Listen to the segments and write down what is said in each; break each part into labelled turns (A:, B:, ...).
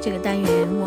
A: 这个单元，我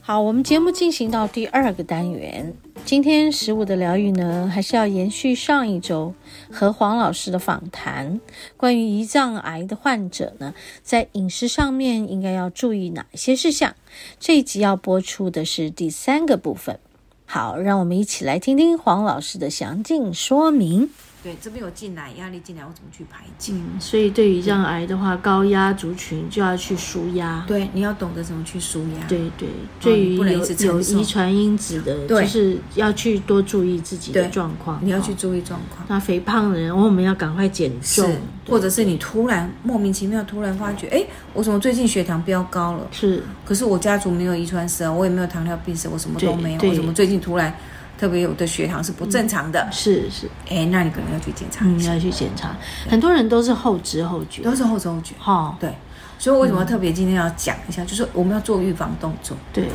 A: 好，我们节目进行到第二个单元。今天食物的疗愈呢，还是要延续上一周和黄老师的访谈，关于胰脏癌的患者呢，在饮食上面应该要注意哪些事项。这一集要播出的是第三个部分。好，让我们一起来听听黄老师的详尽说明。
B: 对，这边有进来压力进来，我怎么去排解？
C: 嗯，所以对于胰脏癌的话，高压族群就要去舒压。
B: 对，你要懂得怎么去舒压。
C: 对对，对
B: 啊
C: 于
B: 哦不能一
C: 有
B: 直承
C: 有
B: 受
C: 遗传因子的，
B: 对
C: 就是要去多注意自己的
B: 对
C: 状况。
B: 你要
C: 哦
B: 去注意状况。
C: 那肥胖的人，哦我们要赶快减
B: 是
C: 重，对
B: 或者是你突然莫名其妙突然发觉，哎，我怎么最近血糖飙高了？
C: 是
B: 可是我家族没有遗传史啊，我也没有糖尿病史，我什么都
C: 对
B: 没有，
C: 对
B: 我怎么最近突然特别我的血糖是不正常的？
C: 是是，
B: 哎，那你可能要去检查一
C: 嗯，
B: 下，
C: 要去检查。很多人都是后知后觉，
B: 都是后周觉。
C: 哈、
B: 对，所以为什么特别今天要讲一下，就是我们要做预防动作。
C: 对，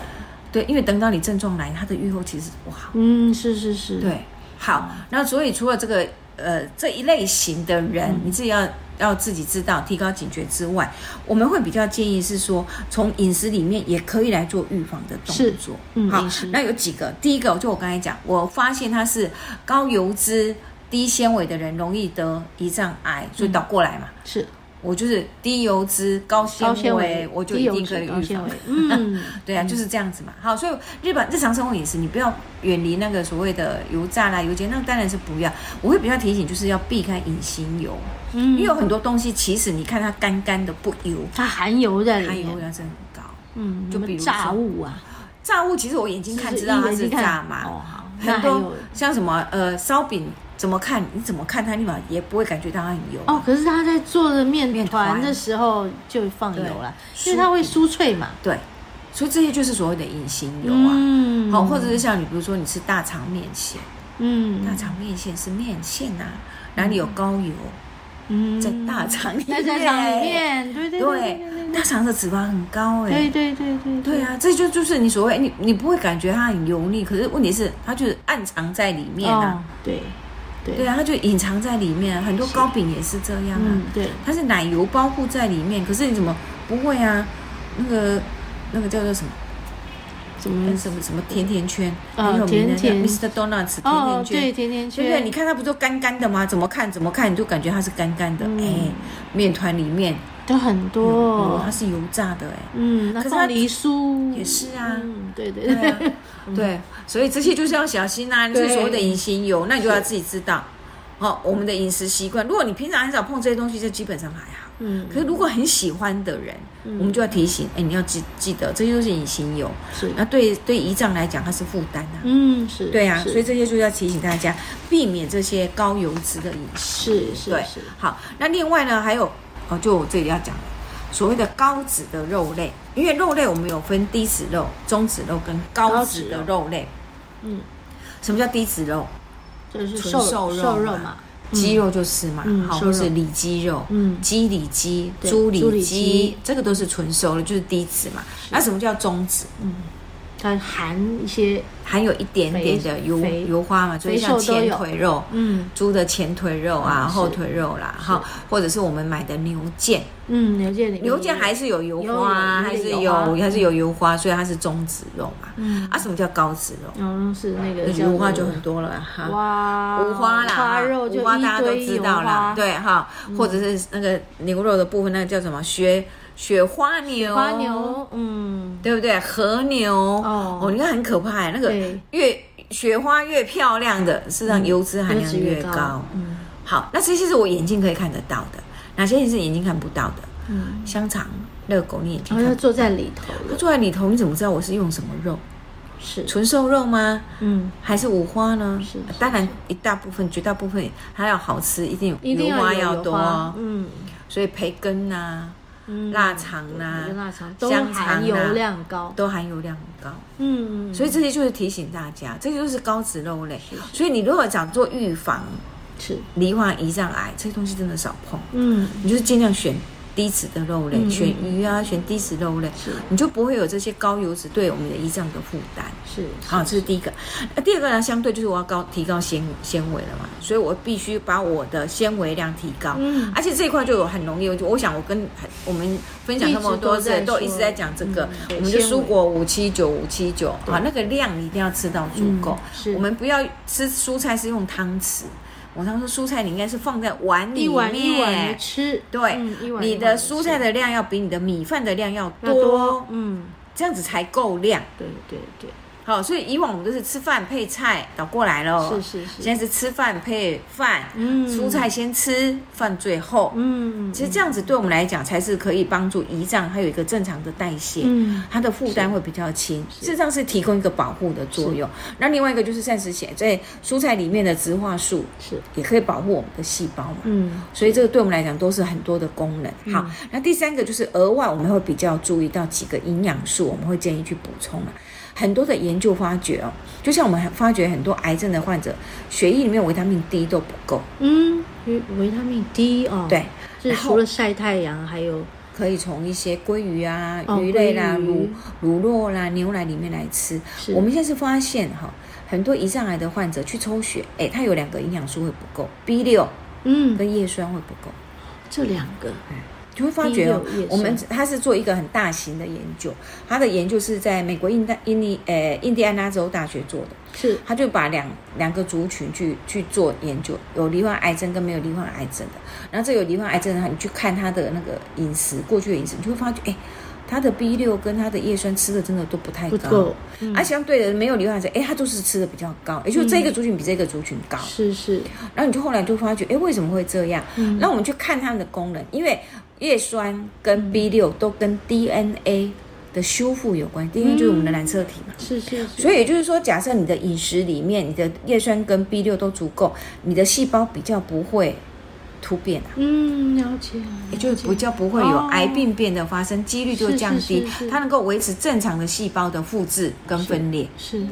B: 对，因为等到你症状来，它的预后其实哇，
C: 嗯，是是是，
B: 对，好，那所以除了这个呃这一类型的人，你自己要要自己知道，提高警觉之外，我们会比较建议是说，从饮食里面也可以来做预防的动
C: 是
B: 作。
C: 嗯
B: 好
C: 饮食，
B: 那有几个，第一个就我刚才讲，我发现它是高油脂、低纤维的人容易得胰脏癌，所以
C: 嗯
B: 倒过来嘛。
C: 是
B: 我就是低油脂、高纤
C: 高
B: 维，
C: 纤维，
B: 我就
C: 低
B: 一
C: 油
B: 定可
C: 脂
B: 以
C: 高
B: 预
C: 纤
B: 防
C: 维。， 嗯，
B: 对啊，就是这样子嘛。好，所以日本日常生活饮食，你不要远离那个所谓的油炸啦、油煎，那当然是不要。我会比较提醒，就是要避开隐形油，
C: 嗯
B: 因为有很多东西其实你看它干干的不油，
C: 它含油在
B: 它
C: 里
B: 油
C: 面，
B: 量是很高。
C: 嗯，
B: 就
C: 我们
B: 比如说
C: 炸物啊，
B: 炸物其实我眼睛看知道它是炸嘛，
C: 哦，好，那
B: 很
C: 还
B: 多
C: 有
B: 像什么呃烧饼，怎么看你怎么看它立马也不会感觉到它很油。
C: 哦，可是他在做的面
B: 面团
C: 团的时候就放油了，
B: 对
C: 因为它会酥脆嘛。
B: 对，所以这些就是所谓的隐形油啊。
C: 嗯
B: 好，或者是像你比如说你吃大肠面线，
C: 嗯
B: 大肠面线是面线呐、哪里有高油？
C: 嗯
B: 在大肠里
C: 在
B: 面，
C: 大肠里面，对对
B: 对
C: 对，
B: 大肠的脂肪很高哎、
C: 对对对对
B: 对啊，这就就是你所谓你你不会感觉它很油腻，可是问题是它就是暗藏在里面啊，
C: 哦，对对
B: 对啊，它就隐藏在里面啊，很多糕饼也是这样啊，
C: 嗯对，
B: 它是奶油包覆在里面，可是你怎么不会啊？那个那个叫做什么？
C: 什么
B: 什么什么甜甜圈，
C: 嗯哦
B: 很有名的
C: 甜甜
B: 那 Mr. Donuts 甜
C: 哦
B: 甜圈，
C: 对甜甜
B: 对
C: 圈，
B: 不对？你看它不就干干的吗？怎么看怎么看，你就感觉它是干干的。哎、
C: 嗯哦
B: 面团里面
C: 都很
B: 有有
C: 多
B: 它，是油炸的哎、
C: 嗯，
B: 可
C: 那
B: 是它
C: 凤梨酥
B: 也是啊
C: 嗯对对
B: 对
C: 对
B: 啊，对，所以这些就是要小心啦、啊。你
C: 嗯对
B: 是所谓的隐形油，那你就要自己知道。好、我们的饮食习惯，如果你平常很少碰这些东西，就基本上还好。
C: 嗯
B: 可是如果很喜欢的人，我们就要提醒，哎，你要记记得，这些都是隐形油。
C: 是
B: 那对对胰脏来讲，它是负担啊。
C: 嗯是，
B: 对啊，
C: 是
B: 所以这些就要提醒大家，避免这些高油脂的饮食。
C: 是是
B: 对
C: 是，
B: 好，那另外呢，还有哦，就我这里要讲的所谓的高脂的肉类，因为肉类我们有分低脂肉、中脂肉跟高
C: 高
B: 脂
C: 脂
B: 的
C: 肉
B: 肉类。
C: 嗯，
B: 什么叫低脂肉？
C: 就是
B: 纯
C: 瘦
B: 瘦肉
C: 瘦肉
B: 嘛
C: 嘛，
B: 鸡肉就是嘛，
C: 嗯
B: 好，
C: 瘦肉
B: 或是里脊肉，
C: 嗯
B: 鸡里脊、
C: 对
B: 猪里
C: 猪
B: 脊，
C: 里脊
B: 这个都是纯瘦肉，就是低脂嘛。那什么叫中脂？
C: 它含一些
B: 含有一点点的油
C: 肥肥
B: 油花嘛，所以像
C: 肥瘦都
B: 前
C: 有
B: 腿肉，
C: 嗯
B: 猪的前腿肉啊、
C: 嗯是
B: 后腿肉啦，哈，或者是我们买的牛腱，
C: 嗯牛腱里面
B: 牛腱还是有油
C: 有
B: 花，
C: 有
B: 还
C: 有
B: 是
C: 油
B: 有
C: 花
B: 还是有油花，所以它是中脂肉嘛。
C: 嗯
B: 啊，什么叫高脂肉？
C: 然后是那个
B: 那
C: 叫
B: 油花
C: 做
B: 就很多了啊哈。
C: 嗯哇
B: 五花啦，
C: 花
B: 哈
C: 肉就
B: 五花
C: 一
B: 大家都
C: 堆
B: 知
C: 油
B: 道啦，
C: 花嗯
B: 对哈，或者是那个牛肉的部分，那个叫什么雪雪花牛，
C: 花牛嗯
B: 对不对？和牛
C: 哦
B: 哦哦，你看很可怕欸，那个
C: 对嗯
B: 越雪花越漂亮的，事实上油脂含量越
C: 油脂越
B: 高
C: 高。嗯
B: 好，那这些是我眼睛可以看得到的，哪些是眼睛看不到的？
C: 嗯，
B: 香肠、热狗，你眼睛
C: 然后要
B: 看。
C: 坐在里头
B: 它
C: 了
B: 坐在里头，你怎么知道我是用什么肉？
C: 是
B: 纯瘦肉吗？
C: 嗯
B: 还是五花呢？
C: 是是
B: 当然一大部分，绝大部分还要好吃，一定
C: 一定
B: 油
C: 要
B: 花
C: 有
B: 要
C: 油
B: 多
C: 花
B: 哦。
C: 嗯
B: 所以培根呐、
C: 嗯
B: 腊肠啦
C: 我觉得、腊肠都
B: 香肠啊
C: 含油量高，
B: 都含油量很高。
C: 嗯，
B: 所以这些就是提醒大家，这些就是高脂肉类
C: 是。是
B: 所以你如果想做预防
C: 是，
B: 罹患胰脏癌，这些东西真的少碰，
C: 嗯，
B: 你就是尽量选低脂的肉类，
C: 嗯
B: 选鱼啊，选低脂肉类，
C: 是
B: 你就不会有这些高油脂对我们的胰脏的负担。
C: 是，
B: 好，啊这是第一个。那第二个呢，相对就是我要高提高纤纤维了嘛，所以我必须把我的纤维量提高。
C: 嗯
B: 而且这一块就有很容易，我就我想我跟很我们分享那么多次
C: 一直，都
B: 都
C: 在
B: 一直在讲这个
C: 说嗯，
B: 我们就
C: 纤维
B: 蔬果五七九五七九啊，那个量一定要吃到足够。
C: 嗯是
B: 我们不要吃蔬菜是用汤匙，我常说蔬菜你应该是放在碗里面，
C: 一碗一碗的吃，
B: 对，
C: 嗯一碗
B: 你的蔬菜的量要比你的米饭的量要多，
C: 多，嗯，
B: 这样子才够量。
C: 对对对，
B: 好，所以以往我们都是吃饭配菜，倒过来了。
C: 是是是
B: 哦现在是吃饭配饭，
C: 嗯
B: 蔬菜先吃，饭最后。
C: 嗯，
B: 其实这样子对我们来讲，才是可以帮助胰脏还有一个正常的代谢，
C: 嗯
B: 它的负担会比较轻。事实上是提供一个保护的作用。那另外一个就是膳食纤在蔬菜里面的植化素，
C: 是，
B: 也可以保护我们的细胞嘛。
C: 嗯，
B: 所以这个对我们来讲都是很多的功能。好，那第三个就是额外我们会比较注意到几个营养素，我们会建议去补充嘛。很多的研究发觉哦，就像我们发觉很多癌症的患者血液里面维他命 D 都不够，
C: 嗯，维维他命 D 哦，
B: 对，
C: 是
B: 然后
C: 除了晒太阳，还有
B: 可以从一些鲑鱼啊、
C: 哦
B: 鱼类啦、
C: 鲑
B: 乳
C: 鱼
B: 乳酪啦、牛奶里面来吃。
C: 是
B: 我们现在是发现哈、很多胰脏癌的患者去抽血，哎，他有两个营养素会不够，B 六
C: 嗯，
B: 跟叶酸会不够。
C: 这两个
B: 你会发觉哦
C: 第六页，
B: 我们
C: 是
B: 它是做一个很大型的研究，它的研究是在美国印大印尼呃印第安纳州大学做的，
C: 是
B: 他就把两两个族群去去做研究，有罹患癌症跟没有罹患癌症的。然后这有罹患癌症的，你去看他的那个饮食，过去的饮食，你就会发觉，哎，他的 B 六跟他的叶酸吃的真的都不太
C: 不
B: 高，
C: 够，
B: 而相对的没有罹患癌症，哎，他就是吃的比较高，也就是这个族群比这个族群高。
C: 嗯是是，
B: 然后你就后来就发觉，哎，为什么会这样？
C: 嗯
B: 那我们去看它们的功能，因为叶酸跟 B 六都跟 DNA 的修复有关、d
C: 嗯
B: n a 就是我们的染色体嘛。
C: 是是是，
B: 所以也就是说，假设你的饮食里面，你的叶酸跟 B 六都足够，你的细胞比较不会突变啊，
C: 嗯，了解，
B: 也就是比较不会有
C: 哦
B: 癌病变的发生，几率就降低，
C: 是是是是
B: 它能够维持正常的细胞的复制跟分裂。
C: 是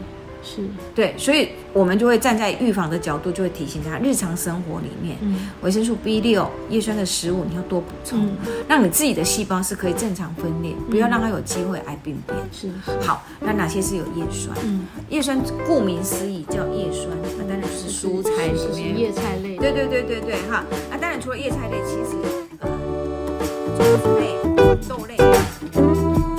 C: 是，
B: 对，所以我们就会站在预防的角度，就会提醒他日常生活里面，
C: 嗯
B: 维生素 B 六、叶酸的食物你要多补充，
C: 嗯
B: 让你自己的细胞是可以正常分裂，不要让它有机会癌病变。
C: 是
B: 好，那哪些是有叶酸？
C: 嗯，
B: 叶酸顾名思义叫叶酸，那当然就是蔬菜
C: 是是
B: 里
C: 是
B: 面。
C: 叶菜类的
B: 对对对对对，哈，那当然除了叶菜类，其实呃，种子类、豆类。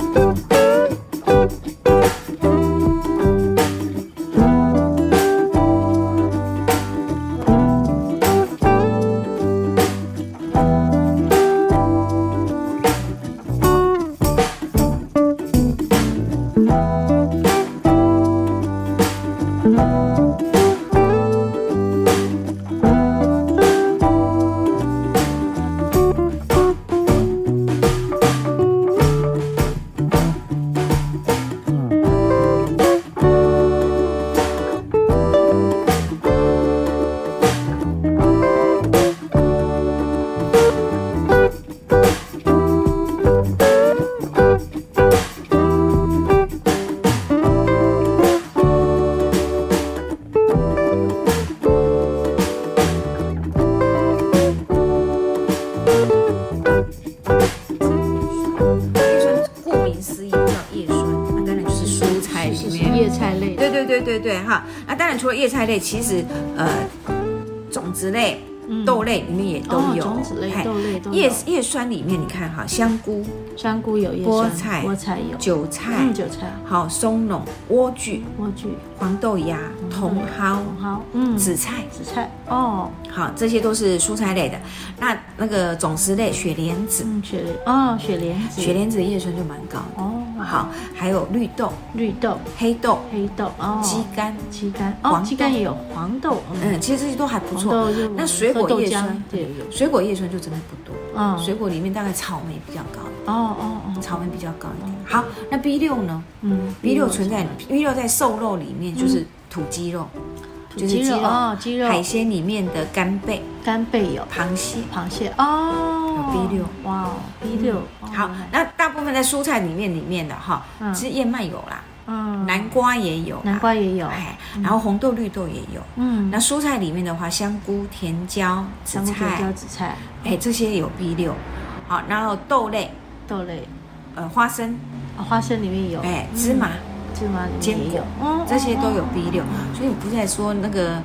B: 叶酸顾名思义叫叶酸，那当然就是蔬菜里
C: 是是
B: 面。
C: 叶菜类的，
B: 对对对对对，哈，那当然除了叶菜类，其实呃，种子类、豆类里面也都
C: 嗯哦
B: 有。
C: 种子类
B: 嘿
C: 豆类都有
B: 叶叶酸里面你看哈，香菇、
C: 香菇有叶
B: 菠
C: 酸，
B: 菜
C: 菠菜有，
B: 韭菜
C: 嗯，，韭菜，
B: 好松茸、莴苣、
C: 莴苣，
B: 黄豆芽、茼蒿、
C: 好，嗯，
B: 紫菜，
C: 紫菜，哦，
B: 好，这些都是蔬菜类的。那那个种子类，雪莲子，
C: 嗯，雪莲，哦，雪莲子，
B: 雪莲子的叶酸就蛮高的。
C: 哦，
B: 好，还有绿豆、
C: 绿豆、
B: 黑豆、
C: 黑豆，哦，
B: 鸡肝，
C: 鸡肝，
B: 黄
C: 哦，
B: 豆
C: 鸡肝也有黄豆，
B: 嗯，其实这些都还不
C: 黄
B: 错
C: 豆就。
B: 那水果叶
C: 喝豆
B: 酸
C: 浆，对有
B: 水果叶酸就真的不多。
C: 嗯
B: 水果里面大概草莓比较高，
C: 哦哦哦，
B: 草莓比较高一点。好，那 B 六呢
C: 嗯
B: ？B 六存在 B 六在瘦肉里面就是土鸡肉，就是
C: 鸡
B: 鸡
C: 肉
B: 肉
C: 哦，鸡肉，
B: 海鲜里面的干贝、
C: 干贝有，
B: 螃蟹。
C: 螃蟹哦， B 六
B: 哦，
C: 哇哦，B 六，哇
B: 好，那大部分在蔬菜里面里面的哈，
C: 哦嗯
B: 其实燕麦有啦，
C: 嗯，
B: 南瓜也有啦，
C: 南瓜也有，
B: 哎，然后红豆、绿豆也有。
C: 嗯，
B: 那蔬菜里面的话，香菇、甜椒、紫
C: 香菇、甜椒、
B: 菜，
C: 嗯紫菜、
B: 哎，这些有 B 六。好，然后豆类，
C: 豆类，
B: 呃，花生，
C: 啊花生里面有，
B: 哎，
C: 嗯
B: 芝麻，
C: 芝麻里
B: 坚
C: 面也
B: 果
C: 有，嗯
B: 这些都有 B 六。所以我不是在说那个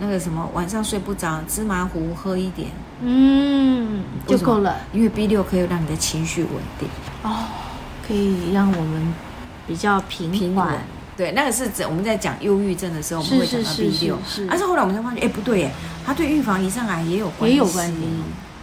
B: 那个什么晚上睡不着，芝麻糊喝一点，
C: 嗯，就
B: 为什么
C: 够了
B: 因为 B 六可以让你的情绪稳定。
C: 哦，可以让我们比较平
B: 平
C: 缓
B: 稳，。对，那个是指我们在讲忧郁症的时候，我们
C: 是
B: 会讲
C: 是
B: 到
C: 是
B: B
C: 是
B: 六，
C: 是，
B: 但是后来我们才发觉，哎，不对耶，它对预防胰脏癌也有关
C: 也
B: 系，
C: 有关系，